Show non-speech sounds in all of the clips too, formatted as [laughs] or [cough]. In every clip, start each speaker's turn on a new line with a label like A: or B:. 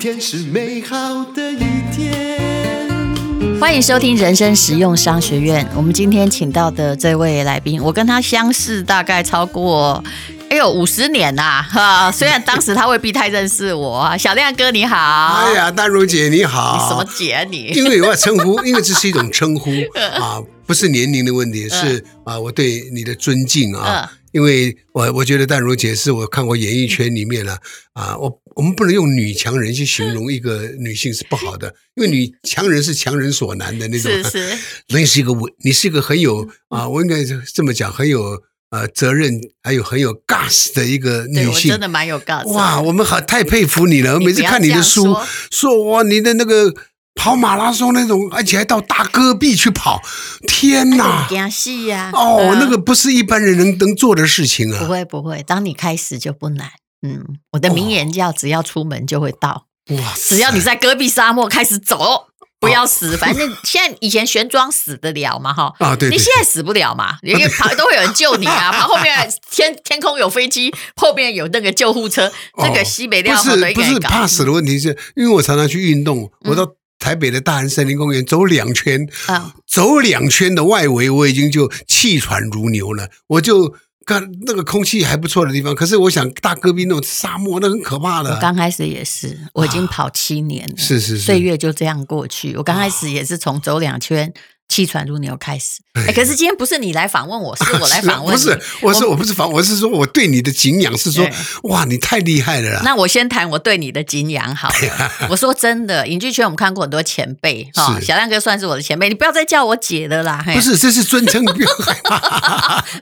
A: 天是美好的一天。
B: 欢迎收听人生实用商学院。我们今天请到的这位来宾，我跟他相识大概超过。哎呦，五十年呐、哈！虽然当时他未必太认识我啊，小亮哥你好，
A: 哎呀，大如姐你
B: 你什么
A: 好，
B: 姐啊你？
A: 因为我要称
B: [laughs]
A: 呼，因为这是一种称呼
B: 嗯
A: 啊，不是年龄的问题，是啊，我对你的尊敬
B: 嗯
A: 啊。因为我我觉得淡如姐是我看过演艺圈里面呢啊，我我们不能用女强人去形容一个女性是不好的，因为女强人是强人所难的那种。
B: 嗯是是，嗯
A: 那是一个我，你是一个很有啊，我应该这么讲，很有呃责任，还有很有 gas 的一个
B: 对
A: 女
B: 我
A: 性
B: 真。的蛮有告诉。
A: 哇，我们好太佩服你了！
B: 你
A: 每次
B: 不要
A: 看你
B: 这
A: 的
B: 样
A: 书
B: 说，
A: 说哇，你的那个跑马拉松那种，而且还到大戈壁去跑，
B: 哎
A: 天哪！
B: 演戏呀！对
A: 哦
B: 啊，
A: 那个不是一般人能能做的事情
B: 不
A: 啊！
B: 会不会，当你开始就不难。嗯，我的名言叫只要出门就会到，
A: 哇，
B: 只要你在戈壁沙漠开始走，不要死。反正现在以前玄奘死得了嘛哈，
A: 啊，对
B: 你
A: 对，
B: 现在死不了
A: [laughs]
B: 嘛，因为旁都会有人救你啊，旁后面天天空有飞机，后面有那个救护车，
A: 哦
B: 这个西北
A: 不
B: 料很多
A: 是
B: 一
A: 不
B: 个人
A: 是
B: 搞。嗯
A: 怕死的问题，是因为我常常去运动，我到台北的大安森林公园走两圈，
B: 啊，
A: 走两圈的外围，我已经就气喘如牛了。我就看那个空气还不错的地方，可是我想大戈壁那种沙漠，那很可怕
B: 我
A: 的。
B: 刚开始也是，我已经跑七年了，
A: 是是
B: 岁
A: 是，
B: 月就这样过去。我刚开始也是从走两圈。气喘如牛开始，哎、可是今天不是你来访问
A: [laughs]
B: 我， [laughs] 是我来
A: 是啊
B: 访问
A: 不
B: 你。
A: 是，我是我不是反，我是说我对你的敬仰是说
B: 对，
A: 哇，你太厉害了啦！
B: 那我先谈我对你的敬仰好
A: 哎
B: 了。我说真的，影剧圈我们看过很多前辈哈，
A: 是
B: 小亮哥算是我的前辈，你不要再叫我姐了啦。嘿
A: 不是，这是
B: [laughs]
A: 尊称， [laughs] 不要害怕。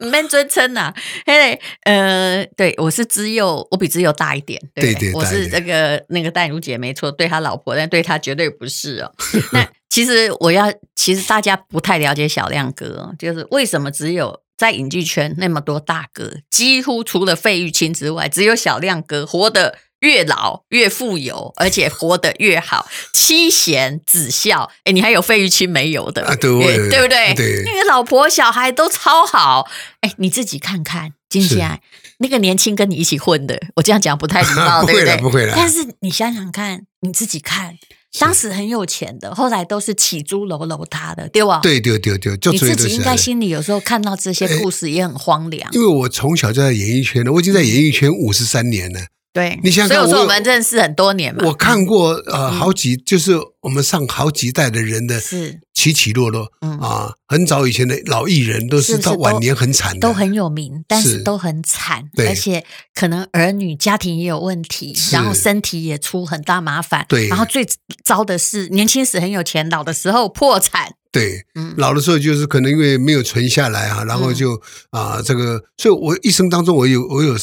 B: 唔免尊称呐、嘿嘞，呃，对我是知幼，我比知幼大一点，对不
A: 对对
B: 我
A: 大一
B: 是
A: 点
B: 这个那个淡如姐没错，对她老婆，但对她绝对不是
A: [laughs]
B: 哦。那其实我要，其实大家不太了解小亮哥哦，就是为什么只有。在影剧圈那么多大哥，几乎除了费玉清之外，只有小亮哥活得越老越富有，而且活得越好。七贤子孝，哎，你还有费玉清没有的
A: 啊对我有
B: 对不对？
A: 对
B: 那个老婆小孩都超好，哎，你自己看看，金熙来那个年轻跟你一起混的，我这样讲不太礼貌，
A: [laughs] 不
B: 对
A: 会
B: 对
A: 了，？不会了。
B: 但是你想想看，你自己看，当时很有钱的，后来都是起猪楼楼塌的，对吧？，
A: 对对对对，就
B: 你
A: 所以
B: 自
A: 就
B: 己
A: 是
B: 应
A: 这样
B: 该
A: 的
B: 心里有时候看到这些故事也很荒凉，
A: 因为我从哎小就在演艺圈了，我已经在演艺圈五十三年了。
B: 对。
A: 你想
B: 所
A: 想
B: 以
A: 看
B: 我说
A: 我
B: 我们认识很多年嘛，
A: 我看过呃好几，就是我们上好几代的人的
B: 是
A: 起起落落
B: 嗯
A: 啊，很早以前的老艺人都
B: 是
A: 是
B: 不是
A: 到
B: 都
A: 晚年很惨的，
B: 都很有名，但是
A: 是
B: 都很惨，
A: 对
B: 而且可能儿女家庭也有问题，
A: 是
B: 然后身体也出很大麻烦。
A: 对
B: 然后最糟的是，年轻时很有钱，老的时候破产。
A: 对。
B: 嗯，
A: 老的时候就是可能因为没有存下来啊，然后就啊、这个，所以我一生当中我有我有，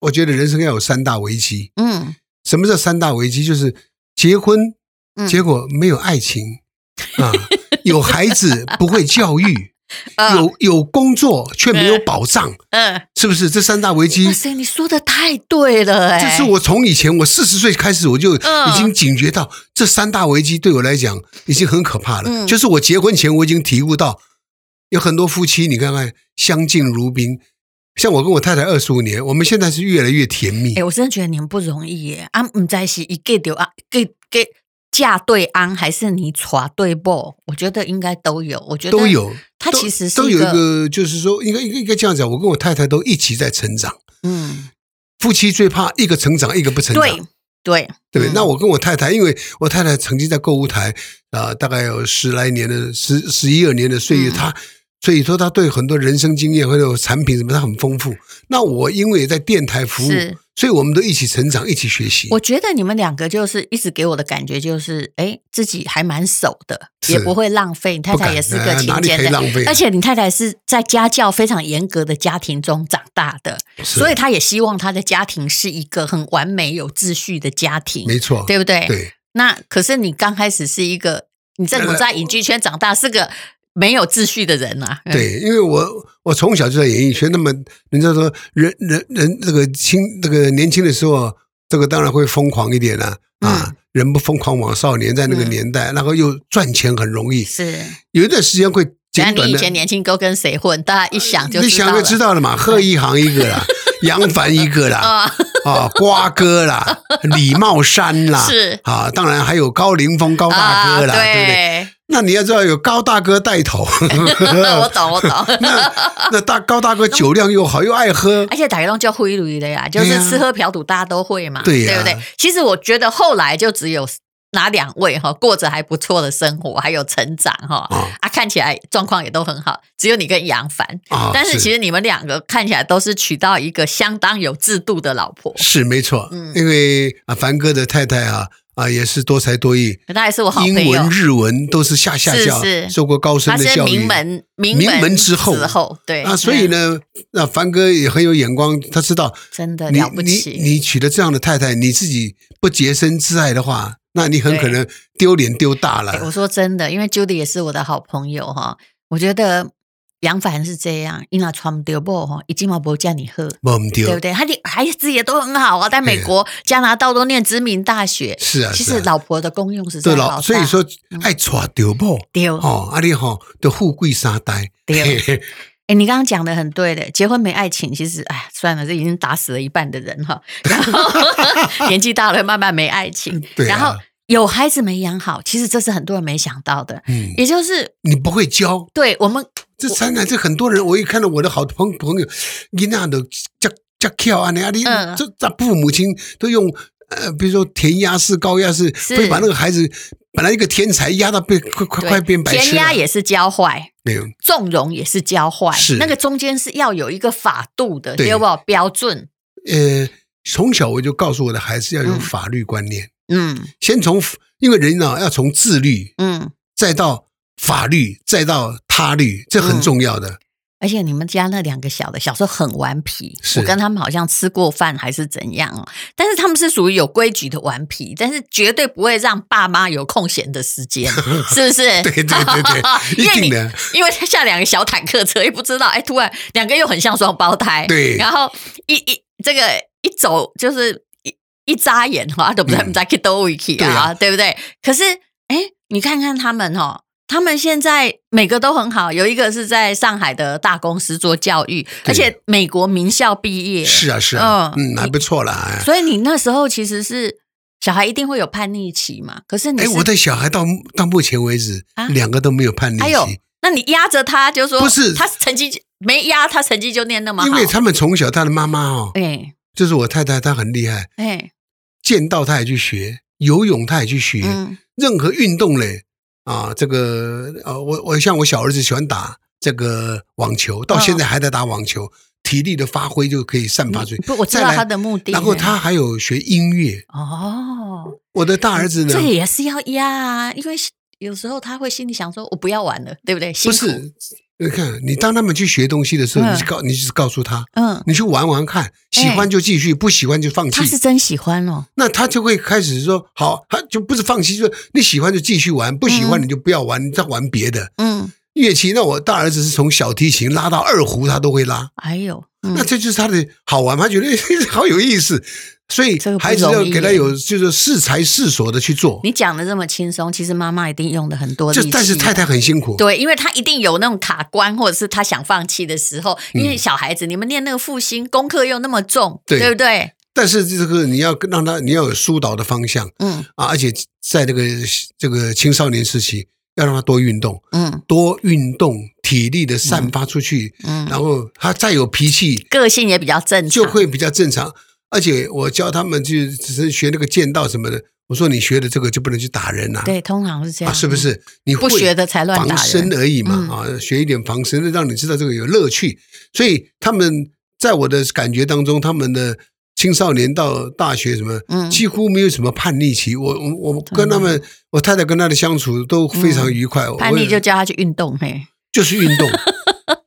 A: 我觉得人生要有三大危机。
B: 嗯
A: 什么叫三大危机？就是结婚，
B: 嗯
A: 结果没有爱情、啊，有孩子不会教育，
B: 呃
A: 有有工作却没有保障，
B: 嗯，
A: 是不是？这三大危机
B: 哇塞，你说的太对了、哎，
A: 这是我从以前我四十岁开始，我就
B: 嗯
A: 已经警觉到这三大危机对我来讲已经很可怕了。
B: 嗯
A: 就是我结婚前我已经体悟到，有很多夫妻你看看相敬如宾，像我跟我太太二十五年，我们现在是越来越甜蜜
B: 哎、。我真的觉得你们不容易耶！啊，唔知是一 get 丢啊，get get 嫁对安，还是你娶对不？我觉得应该都有，我觉得
A: 都有，
B: 它
A: 都
B: 其实是
A: 都有
B: 一
A: 一
B: 个
A: 个，就是说，应该应该应该这样讲，我跟我太太都一起在成长。
B: 嗯，
A: 夫妻最怕一个成长，一个不成长，
B: 对对
A: 对不对？
B: 嗯
A: 那我跟我太太，因为我太太曾经在购物台啊、大概有十来年的十十一二年的岁月，
B: 嗯
A: 她所以说她对很多人生经验或者产品什么，她很丰富。那我因为也在电台服务
B: 是，
A: 所以我们都一起成长，一起学习。
B: 我觉得你们两个就是一直给我的感觉就是，哎，自己还蛮熟的，
A: 是
B: 也不会浪费。你太
A: 不
B: 太
A: 敢
B: 也是
A: 呃
B: 个勤
A: 哪里
B: 俭
A: 可以
B: 的，
A: 浪费啊？
B: 而且你太太是在家教非常严格的家庭中长大的，
A: 是
B: 所以她也希望她的家庭是一个很完美、有秩序的家庭，
A: 没错，
B: 对不对？
A: 对
B: 那可是你刚开始是一个，你在我在影剧圈长大是个没有秩序的人啊。嗯，
A: 对，因为我我从小就在演艺圈，那么人家说人人人这个青这个年轻的时候，这个当然会疯狂一点啦、啊。人不疯狂枉少年，在那个
B: 嗯
A: 年代，然后又赚钱很容易，
B: 是。
A: 有一段时间会
B: 那
A: 简
B: 你
A: 短
B: 以
A: 的。
B: 前年轻都跟谁混？大家一想就
A: 你
B: 知道嗯
A: 想就
B: 了。 [laughs]
A: 知道了嘛，贺一航一个啦，杨凡一个啦，
B: 啊，
A: 啊，瓜
B: [laughs]
A: 哥啦，李茂山啦，
B: 是
A: 啊，当然还有高凌风高大哥啦，
B: 啊
A: 对不对？
B: 对
A: 那你要知道有高大哥
B: [laughs]
A: 带头，嗯
B: 我懂我懂，
A: [laughs] 那那大高大哥酒量又好，又爱喝，
B: 而且打开洞叫灰驴的呀，就是
A: 对呀
B: 吃喝嫖赌大家都会嘛，
A: 对呀
B: 不对？其实我觉得后来就只有哪两位哈，过着还不错的生活，还有成长哈、
A: 啊
B: 啊，看起来状况也都很好，只有你跟杨凡。
A: 啊，
B: 哎但是其实你们两个看起来都是娶到一个相当有制度的老婆，
A: 是没错
B: 嗯，
A: 因为啊，凡哥的太太啊啊也是多才多艺，
B: 那还是我好
A: 英
B: 朋友
A: 文、，日文都是下下教
B: 是，是
A: 受过高深
B: 他
A: 的
B: 是
A: 教育
B: 名。门名
A: 名门之后
B: 之后对
A: 啊，所以
B: 嗯
A: 呢，那凡哥也很有眼光，他知道
B: 真的
A: 你
B: 了不
A: 你
B: 起，
A: 你娶了这样的太太，你自己不洁身自爱的话，那你很
B: 对
A: 可能丢脸丢大
B: 哎
A: 了。
B: 我说真的，因为 Judy 也是我的好朋友哈，我觉得杨凡是这样，因为穿不丢不哈，已经毛不叫你喝。
A: 我们
B: 对
A: 丢
B: 不对？他的孩子也都很好啊，在美
A: 对
B: 国、加拿大都念知名大学。
A: 是啊，
B: 其
A: 是
B: 实
A: 啊
B: 老婆的功用是在
A: 对
B: 老大，嗯
A: 老，所以说爱耍丢不
B: 丢
A: 哦，啊你吼的富贵三代，
B: 丢。哎，你刚刚讲的很对的，结婚没爱情，其实哎，算了，这已经打死了一半的人
A: [laughs]
B: 哈。然后年纪大了，慢慢没爱情，
A: 对啊
B: 然后有孩子没养好，其实这是很多人没想到的，
A: 嗯，
B: 也就是
A: 你不会教，
B: 对我们
A: 这三奶这很多人，我也看到我的好朋朋友，你那都叫叫跳啊，你啊你
B: 嗯
A: 这这父母亲都用呃，比如说填鸭式、高压式，
B: 是
A: 会把那个孩子本来一个天才压到被快快
B: 对
A: 快变白
B: 填
A: 痴了
B: 鸭，也是教坏，
A: 没有
B: 纵容也是教坏，
A: 是
B: 那个中间是要有一个法度的，
A: 对
B: 对不？标准，
A: 呃，从小我就告诉我的孩子要有
B: 嗯
A: 法律观念，
B: 嗯
A: 先从因为人呢、要从自律，
B: 嗯。
A: 再到法律，再到他律，这很
B: 嗯
A: 重要的。
B: 而且你们家那两个小的，小时候很顽皮，
A: 是
B: 我跟他们好像吃过饭还是怎样哦。但是他们是属于有规矩的顽皮，但是绝对不会让爸妈有空闲的时
A: [laughs]
B: 间，是不是？
A: 对对
B: [laughs]
A: 对对
B: 因为你
A: 一定的
B: 因为他下两个小坦克车，也不知道哎，突然两个又很像双胞胎，
A: 对
B: 然后一一这个一走就是一一眨眼哈，都不知道不
A: 嗯
B: 知道去兜一去
A: 对啊
B: 啊，对不对？可是哎，你看看他们哦，他们现在每个都很好，有一个是在上海的大公司做教育，
A: 对
B: 而且美国名校毕业，
A: 是啊，是啊，
B: 嗯
A: 嗯，还不错啦。哎
B: 所以你那时候其实是小孩一定会有叛逆期嘛，可是你
A: 哎，
B: 是
A: 我的小孩到到目前为止
B: 啊，
A: 两个都没有叛逆
B: 还有
A: 期，，
B: 那你压着他，就说
A: 不是
B: 他成绩没压，他成绩就念那么好，
A: 因为他们从小他的妈妈哦，
B: 哎
A: 就是我太太，她很厉害，
B: 哎
A: 剑道她也去学，游泳她也去学，
B: 嗯
A: 任何运动嘞啊，这个呃，我我像我小儿子喜欢打这个网球，到
B: 嗯
A: 现在还在打网球，体力的发挥就可以散发出去。
B: 不，我知
A: 再
B: 道
A: 来
B: 他的目的，
A: 然后他还有学音乐，
B: 哦，
A: 我的大儿子呢
B: 这，也是要压啊，因为有时候他会心里想说，我不要玩了，对不对？辛
A: 不
B: 苦，
A: 是。你看，你当他们去学东西的时候，
B: 嗯
A: 你就告你就是告诉他，
B: 嗯，
A: 你去玩玩看，喜欢就继续，不喜欢就放
B: 哎他是
A: 弃。
B: 真喜欢哦，
A: 那他就会开始说，好，他就不是放弃，就是你喜欢就继续玩，不喜欢你就不要玩，你再玩别的
B: 嗯，
A: 乐器。那我大儿子是从小提琴拉到二胡，他都会拉，
B: 还有，嗯
A: 那这就是他的好玩，他觉得 [laughs] 哎好有意思。所以
B: 这个不
A: 孩子要
B: 容易
A: 给他
B: 耶
A: 有就是适才适所的去做，
B: 你讲的这么轻松，其实妈妈一定用的很多力
A: 就
B: 气啊。
A: 但是太太很辛苦，
B: 对，因为他一定有那种卡关，或者是他想放弃的时候。因为
A: 嗯
B: 小孩子，你们念那个复兴，功课又那么重，
A: 对
B: 不对？
A: 但是这个你要让他，你要有疏导的方向
B: 嗯
A: 啊，而且在这个这个青少年时期，要让他多运动，
B: 嗯
A: 多运动，体力的散发出去，
B: 嗯，
A: 然后他再有脾气
B: 个性也比较正常，
A: 就会比较正常。而且我教他们就只是学那个剑道什么的，我说你学的这个就不能去打人呐、
B: 对，通常是这
A: 啊，
B: 样，
A: 是不？是？你
B: 不
A: 会
B: 学的才乱打
A: 防
B: 人
A: 身而已嘛
B: 嗯，
A: 啊，学一点防身，让你知道这个有乐趣。所以他们在我的感觉当中，他们的青少年到大学什么，
B: 嗯
A: 几乎没有什么叛逆期。我我我
B: 的
A: 跟他们，我太太跟他的相处都非常愉快。我
B: 嗯叛逆就叫他去运动，嘿，
A: 就是运
B: [laughs]
A: 动。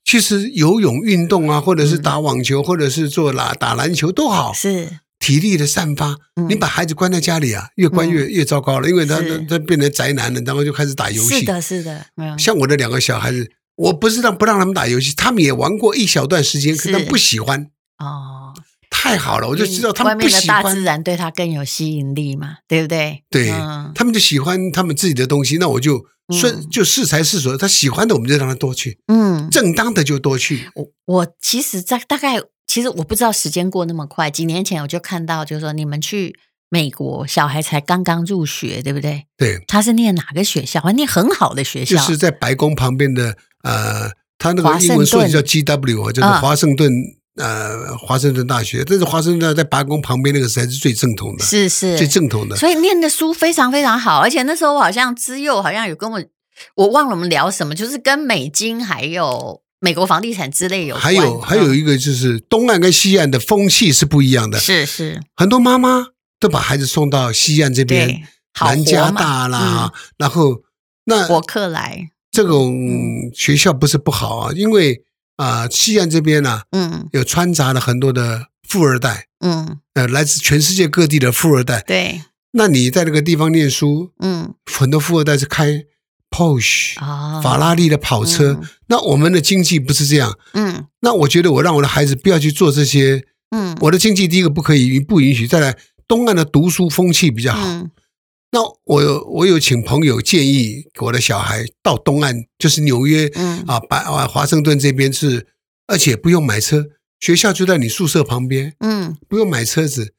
A: 其实游泳运动啊，或者是打网球，或者是做打打篮球都好，
B: 嗯是，
A: 体力的散发。
B: 嗯
A: 你把孩子关在家里啊，越关越越糟糕了，因为他
B: 是
A: 他他变成宅男了，然后就开始打游戏。
B: 是的，是的，嗯，
A: 像我的两个小孩子，我不是让不让他们打游戏，他们也玩过一小段时间，可
B: 是
A: 他们不喜欢，
B: 哦，
A: 太好了，我就知道他
B: 外
A: 们不
B: 面的
A: 喜
B: 大自
A: 欢，
B: 然对他更有吸引力嘛，对不对？
A: 对
B: 嗯，
A: 他们就喜欢他们自己的东西，那我就顺、
B: 嗯
A: 就适才适所，他喜欢的我们就让他多去，
B: 嗯
A: 正当的就多去，
B: 我我其实在大概。其实我不知道时间过那么快，几年前我就看到，就是说你们去美国，小孩才刚刚入学，对不对？
A: 对，
B: 他是念哪个学校？念很好的学校，
A: 就是在白宫旁边的呃，他那
B: 华
A: 个
B: 盛顿
A: 英文缩写叫 GW 啊，就是
B: 嗯
A: 华盛顿、呃华盛顿大学，但是华盛顿在白宫旁边那个才是最正统的，
B: 是是
A: 最正统的。
B: 所以念的书非常非常好，而且那时候我好像之佑好像有跟我，我忘了我们聊什么，就是跟美金还有美国房地产之类有关，
A: 还有还有
B: 嗯
A: 一个就是东岸跟西岸的风气是不一样的，
B: 是是，
A: 很多妈妈都把孩子送到西岸这边
B: 对，，好
A: 南加
B: 活嘛，嗯
A: 大啦，然后那
B: 伯克莱，
A: 这
B: 嗯
A: 种学校不是不好啊，因为啊、呃西岸这边呢、
B: 嗯
A: 有穿插了很多的富二代，
B: 嗯，
A: 呃，来自全世界各地的富二代。
B: 对，
A: 那你在那个地方念书，
B: 嗯
A: 很多富二代是开 Porsche、
B: 啊，
A: 法拉利的跑车，那我们的经济不是这样。
B: 嗯，
A: 那我觉得我让我的孩子不要去做这些，
B: 嗯嗯，
A: 我的经济第一个不可以不允许，再来东岸的读书风气比较好。
B: 嗯
A: 那我有我有请朋友建议我的小孩到东岸，就是纽约，
B: 嗯
A: 啊，白啊华盛顿这边是，而且不用买车，学校就在你宿舍旁边，
B: 嗯
A: 不用买车子，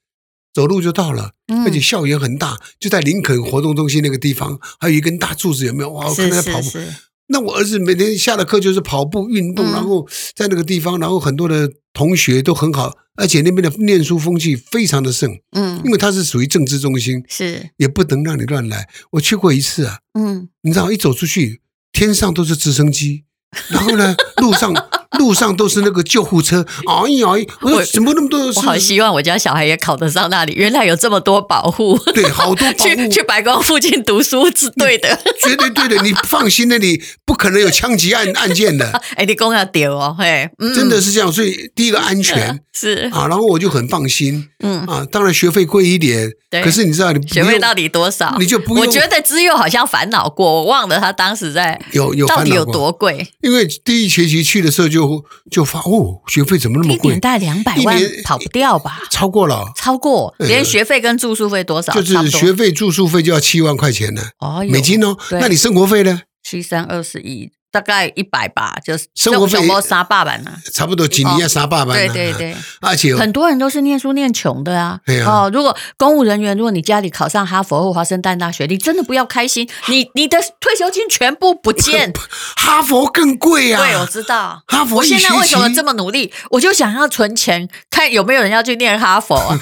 A: 走路就到了，
B: 嗯，
A: 而且校园很大，就在林肯活动中心那个地方，还有一根大柱子，有没有？哇，我看
B: 是
A: 他在跑
B: 是
A: 步。
B: 是，
A: 那我儿子每天下了课就是跑步运动，
B: 嗯
A: 然后在那个地方，然后很多的同学都很好，而且那边的念书风气非常的盛，
B: 嗯
A: 因为它是属于政治中心，
B: 是，
A: 也不能让你乱来。我去过一次啊，
B: 嗯
A: 你知道，一走出去，天上都是直升机，然
B: [laughs]
A: 后呢，路上路上都是那个救护车，哎呀，我说
B: 我
A: 怎么那么多
B: 我好
A: 是？
B: 希望我家小孩也考得上那里，原来有这么多保护。
A: 对，好多保
B: 去
A: 护，
B: 去白宫附近读书是对的。
A: 绝对对的，你放心，那里不可能有枪击案案
B: [laughs]
A: 件的，
B: 哎，你公要丢哦，嘿，嗯、
A: 真的是这样。所以第一个安全
B: 是，
A: 啊，然后我就很放心
B: 嗯，
A: 啊。当然学费贵一点，
B: 对
A: 可是你知道，你不
B: 学费
A: 用
B: 到底多少？
A: 你就不用
B: 我觉得知佑好像烦恼过，我忘了他当时在
A: 有有
B: 到
A: 烦
B: 底有
A: 恼过，
B: 多贵，
A: 因为第一学期去的时候就就发哦，学费怎么那么
B: 一
A: 贵
B: 年？大概两百
A: 一
B: 万
A: 年
B: 跑不掉吧？
A: 超过了，
B: 超过，
A: 呃
B: 连学费跟住宿费多少？
A: 就
B: 差不
A: 是
B: 多
A: 学费住宿费就要七万块钱呢。
B: 哦，
A: 美金哦，
B: 对
A: 那你生活费呢？
B: 七三二十一，大概一百吧，就是
A: 生活费啊
B: 我杀爸
A: [laughs]
B: 爸呢？
A: 差不多几年要啥爸爸呢？
B: 哦
A: 啊
B: 对对，
A: [laughs]
B: 对，
A: 而且
B: 很多人都是念书念穷的啊。
A: [laughs] 对啊
B: 哦，如果公务人员，如果你家里考上哈佛或华盛顿大学，你真的不要开心，你你的退休金全部不
A: [laughs]
B: 见。
A: 哈佛更贵
B: 对，我
A: 啊！
B: 知
A: [laughs]
B: 道。
A: 哈佛
B: 哦我
A: 一
B: 现在
A: 学
B: 为
A: 期
B: 什么这么努力？我就想要存钱，看有没有人要去念哈佛、 [laughs] 啊。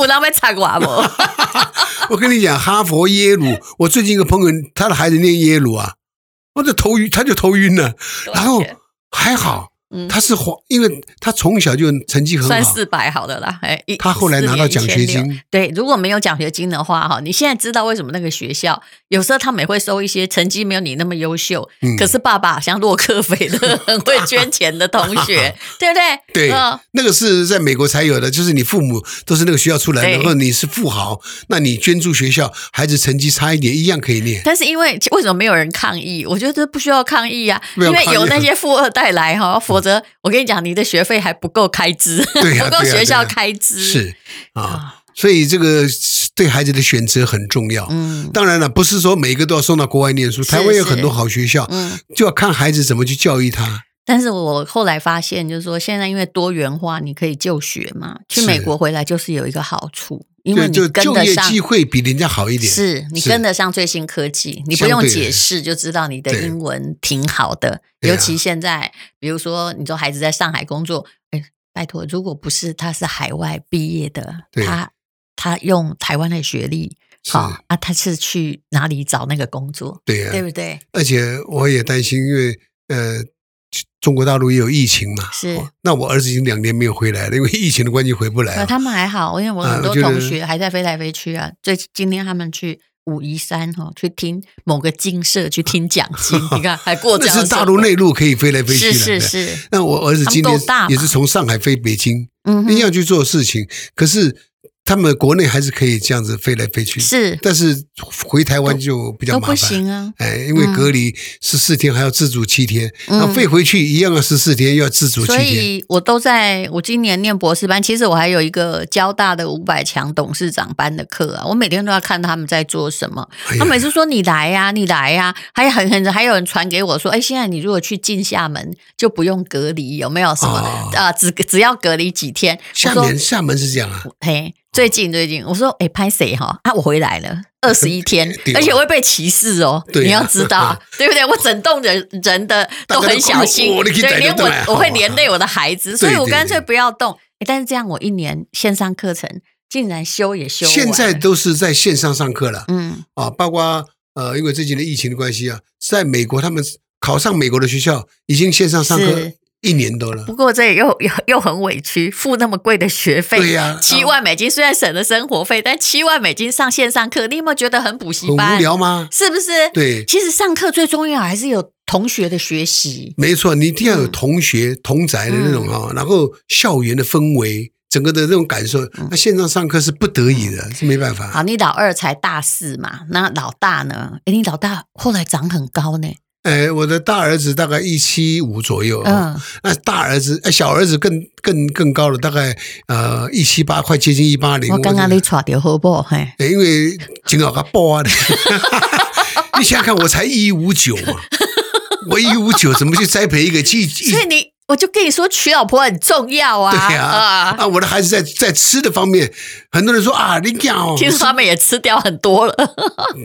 B: 我浪费差过
A: [laughs]
B: 阿伯， [laughs]
A: 我跟你讲，哈佛、耶鲁，我最近一个朋友，他的孩子念耶鲁啊，我的头晕，他就头晕了。然后还好
B: 嗯，
A: 他是华，因为他从小就成绩很
B: 算
A: 好，
B: 四百好的啦。哎，一
A: 他后来拿到奖学。
B: 四年1600
A: 金，
B: 对，如果没有奖学金的话，哈，你现在知道为什么那个学校有时候他们也会收一些成绩没有你那么优秀，
A: 嗯
B: 可是爸爸像洛克菲勒 [laughs] 很会捐钱的同
A: [laughs]
B: 学，对不对？
A: 对
B: 嗯，
A: 那个是在美国才有的，就是你父母都是那个学校出来的，
B: 对
A: 然后你是富豪，那你捐助学校，孩子成绩差一点一样可以念。
B: [laughs] 但是因为为什么没有人抗议？我觉得不需要抗议啊，
A: 没有
B: 因为
A: 抗议
B: 有那些富二代来
A: [laughs]
B: 哈，否则我跟你讲，你的学费还不够开支，
A: 对呀
B: [laughs] 不够
A: 对呀
B: 学校
A: 对呀
B: 开支。，
A: 是啊，所以这个对孩子的选择很重要。
B: 嗯
A: 当然了，不是说每个都要送到国外念书，
B: 是
A: 台湾有很多好学校，
B: 嗯。
A: 就要看孩子怎么去教育他。
B: 但是我后来发现，就是说现在因为多元化，你可以就学嘛，去
A: 是
B: 美国回来就是有一个好处，因为
A: 对，
B: 你
A: 就
B: 跟
A: 就
B: 得
A: 业
B: 上。
A: 机会比人家好一点。
B: 是你
A: 是
B: 跟得上最新科技，你不
A: 相
B: 用
A: 对的
B: 解释就知道你的
A: 对
B: 英文挺好的。
A: 对啊
B: 尤其现在，比如说你说孩子在上海工作，哎，拜托，如果不是他是海外毕业的，
A: 对
B: 他他用台湾的学历，
A: 是
B: 好、啊，他是去哪里找那个工作，
A: 对呀、
B: 对不对？
A: 而且我也担心，因为呃，中国大陆也有疫情嘛。
B: 是
A: 哦那我儿子已经两年没有回来了，因为疫情的关系回不来
B: 那
A: 啊。
B: 他们还好，因为我
A: 啊
B: 很
A: 我
B: 多
A: 觉得
B: 同学还在飞来飞去啊。最今天他们去武夷山哈、哦，去听某个精社去听讲
A: [laughs]
B: 经，你看还过这
A: 那
B: 样的
A: 是
B: 生活
A: 大陆内陆可以飞来飞
B: 是
A: 去的。
B: 是
A: 对
B: 是，嗯
A: 那我儿子今
B: 他
A: 年
B: 们够大嘛
A: 也是从上海飞北京，
B: 嗯
A: 一定
B: 哼，
A: 要去做事情。可是他们国内还是可以这样子飞来飞去，
B: 是
A: 但是回台湾就比较
B: 都
A: 麻
B: 不
A: 烦。
B: 行啊，
A: 哎，因为隔离十四天还要自主七天，
B: 嗯
A: 那飞回去一样要十四天，又要自主七
B: 所
A: 天。
B: 以我都在我今年念博士班，其实我还有一个交大的五百强董事长班的课啊，我每天都要看他们在做什么。
A: 哎呀
B: 他每次说你来呀、你来呀、还很很还有人传给我说，哎，现在你如果去进厦门就不用隔离，有没有什么啊
A: 哦、
B: 只只要隔离几天。
A: 厦
B: 我说
A: 门厦门是这样啊，
B: 嘿，最近最近，我说哎，拍谁哈？啊，我回来了。二十一天
A: [laughs] 对，啊
B: 而且会被歧视哦。
A: 对啊
B: 你要知道
A: [laughs]
B: 啊，对不对？我整栋人人的都很小心，
A: 大家都哭哦你去
B: 对，
A: 逮
B: 连
A: 就对啊
B: 我我会连累我的孩子，所以我
A: 对对
B: 干脆不要动。哎但是这样，我一年线上课程竟然修也修完了
A: 现在都是在线上上课了
B: 嗯，
A: 啊，包括呃，因为最近的疫情的关系啊，在美国他们考上美国的学校已经线上上课
B: 是
A: 一年多了
B: 不。过这也又又又很委屈，付那么贵的学费，
A: 对呀
B: 七万美金虽然省了生活费，但七万美金上线上课，你有没有觉得很补习
A: 很
B: 班？
A: 无聊吗？
B: 是不是？
A: 对，
B: 其实上课最重要还是有同学的学习。
A: 没错，你一
B: 嗯
A: 定要有同学、同宅的那种啊、然后校园的氛围，整个的那种感受。
B: 嗯
A: 那线上上课是不得已的，是没办法。
B: 好，你老二才大四嘛，那老大呢？诶，你老大后来长很高呢。
A: 哎，我的大儿子大概一七五左右，嗯，
B: 嗯，
A: 那大儿子、哎小儿子更更更高了，大概呃一七八，快接近一八零。
B: 我刚刚
A: 觉
B: 你
A: 得
B: 抓到好不好？嘿，
A: 哎因为今早他爆啊的， [laughs] 你想想看，我才一五九嘛，我一五九怎么去栽
B: [laughs]
A: 培一个一一
B: 所以你我就跟你说，娶老婆很重要啊。
A: 对呀、啊，
B: [laughs] 啊
A: 我的孩子在在吃的方面，很多人说啊，你讲哦，
B: 听说他们也吃掉很多了。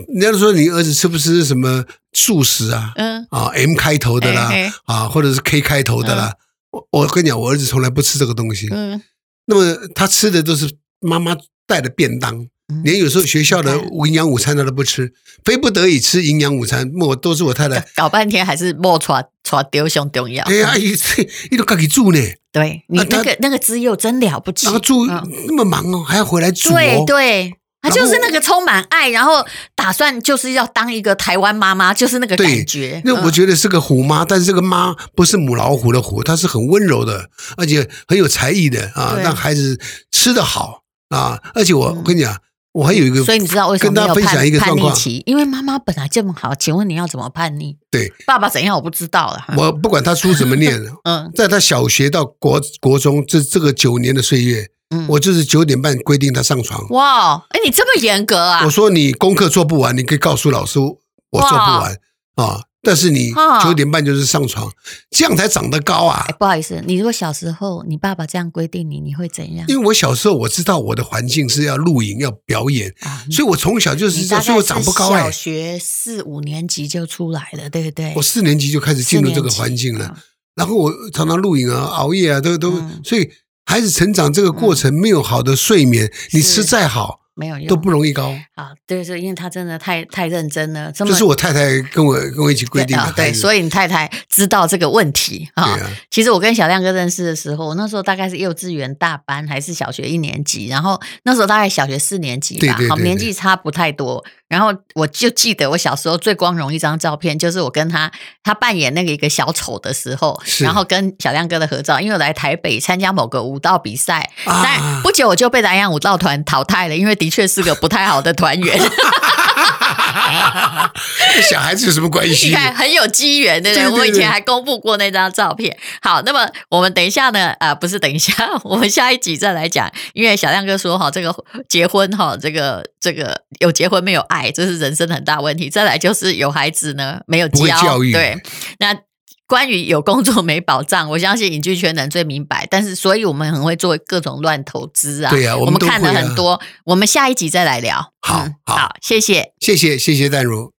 A: 人家说你儿子吃不吃什么素食啊，
B: 嗯，
A: 啊 M 开头的啦
B: 哎哎，
A: 啊或者是 K 开头的啦，我我跟你讲，我儿子从来不吃这个东西，
B: 嗯，
A: 那么他吃的都是妈妈带的便当
B: 嗯。
A: 连有时候学校的
B: 明
A: 营养午餐他都不吃，非不得已吃营养午餐，我都是我太太。
B: 搞半天还是莫抓抓丢上重要。
A: 哎呀，一一都自
B: [laughs]
A: 己住呢，
B: 对你
A: 啊
B: 那
A: 他
B: 个那个资幼真了不起
A: 然后，住
B: 嗯
A: 那么忙哦，还要回来煮
B: 对
A: 哦。
B: 对，他
A: 然后
B: 就是那个充满爱，然后打算就是要当一个台湾妈妈，就是那个
A: 对
B: 感觉。
A: 那我
B: 嗯
A: 觉得是个虎妈，但是这个妈不是母老虎的虎，她是很温柔的，而且很有才艺的啊，
B: 对
A: 让孩子吃得好啊。而且我
B: 嗯
A: 我跟你讲，我还有一个，
B: 所以你知道为什么
A: 跟大
B: 没
A: 家
B: 有
A: 分享一
B: 叛
A: 个
B: 叛
A: 状
B: 逆
A: 况，
B: 期？因为妈妈本来这么好，请问你要怎么叛逆？
A: 对，
B: 爸爸怎样我不知道了。
A: 我不管他书怎么
B: [laughs]
A: 念，
B: 嗯
A: 在他小学到国国中这这个九年的岁月，
B: 嗯，
A: 我就是九点半规定他上床，
B: 哇，哎，你这么严格啊
A: 我？说你功课做不完，你可以告诉老师我做不完啊，但是你
B: 哦
A: 九点半就是上床，这样才长得高啊
B: 哎，。不好意思，你如果小时候你爸爸这样规定你，你会怎样
A: 因为我小时候我知道我的环境是要录影要表演，
B: 啊？
A: 所以我从小就是
B: 你
A: 这
B: 大
A: 样，所
B: 概
A: 以我长不高
B: 是
A: 哎、
B: 小学四五年级就出来了，对不对
A: 我？四年级就开始进入这个
B: 四年级
A: 环境了
B: 嗯，
A: 然后我常常露营啊、熬夜啊，都都，
B: 嗯
A: 所以孩子成长这个过程没有好的睡眠，
B: 嗯
A: 你吃再好
B: 没有用，
A: 都不容易高。
B: 啊，对，是因为他真的太太认真了，这
A: 这
B: 么
A: 是我太太跟我跟我一起规定的
B: 啊，对，
A: 孩子，
B: 所以你太太知道这个问题
A: 对
B: 啊。
A: 啊，
B: 其实我跟小亮哥认识的时候，我那时候大概是幼稚园大班还是小学一年级，然后那时候大概小学四年级
A: 对
B: 吧，
A: 对
B: 好
A: 对
B: 年纪差不太多。然后我就记得我小时候最光荣一张照片，就是我跟他他扮演那个一个小丑的时候，
A: 是
B: 然后跟小亮哥的合照，因为我来台北参加某个舞蹈比赛，
A: 啊
B: 但不久我就被南洋舞蹈团淘汰了，因为的确是个不太好的团员。
A: [laughs] 小孩子有什么关
B: 你
A: 系？
B: 看很有机缘，对不对？
A: 对对对
B: 我以前还公布过那张照片。好，那么我们等一下呢？啊、不是等一下， [laughs] 我们下一集再来讲。因为小亮哥说哈，这个结婚哈，这个这个有结婚没有爱，这是人生很大问题。再来就是有孩子呢，没有
A: 不会
B: 教，
A: 教育
B: 对，那。关于有工作没保障，我相信影剧圈的人最明白。但是，所以我们很会做各种乱投资啊。
A: 对啊
B: 我
A: 我们都
B: 看了
A: 会啊
B: 很多。我们下一集再来聊。嗯
A: 好好
B: 好，谢谢。
A: 谢谢谢谢淡如。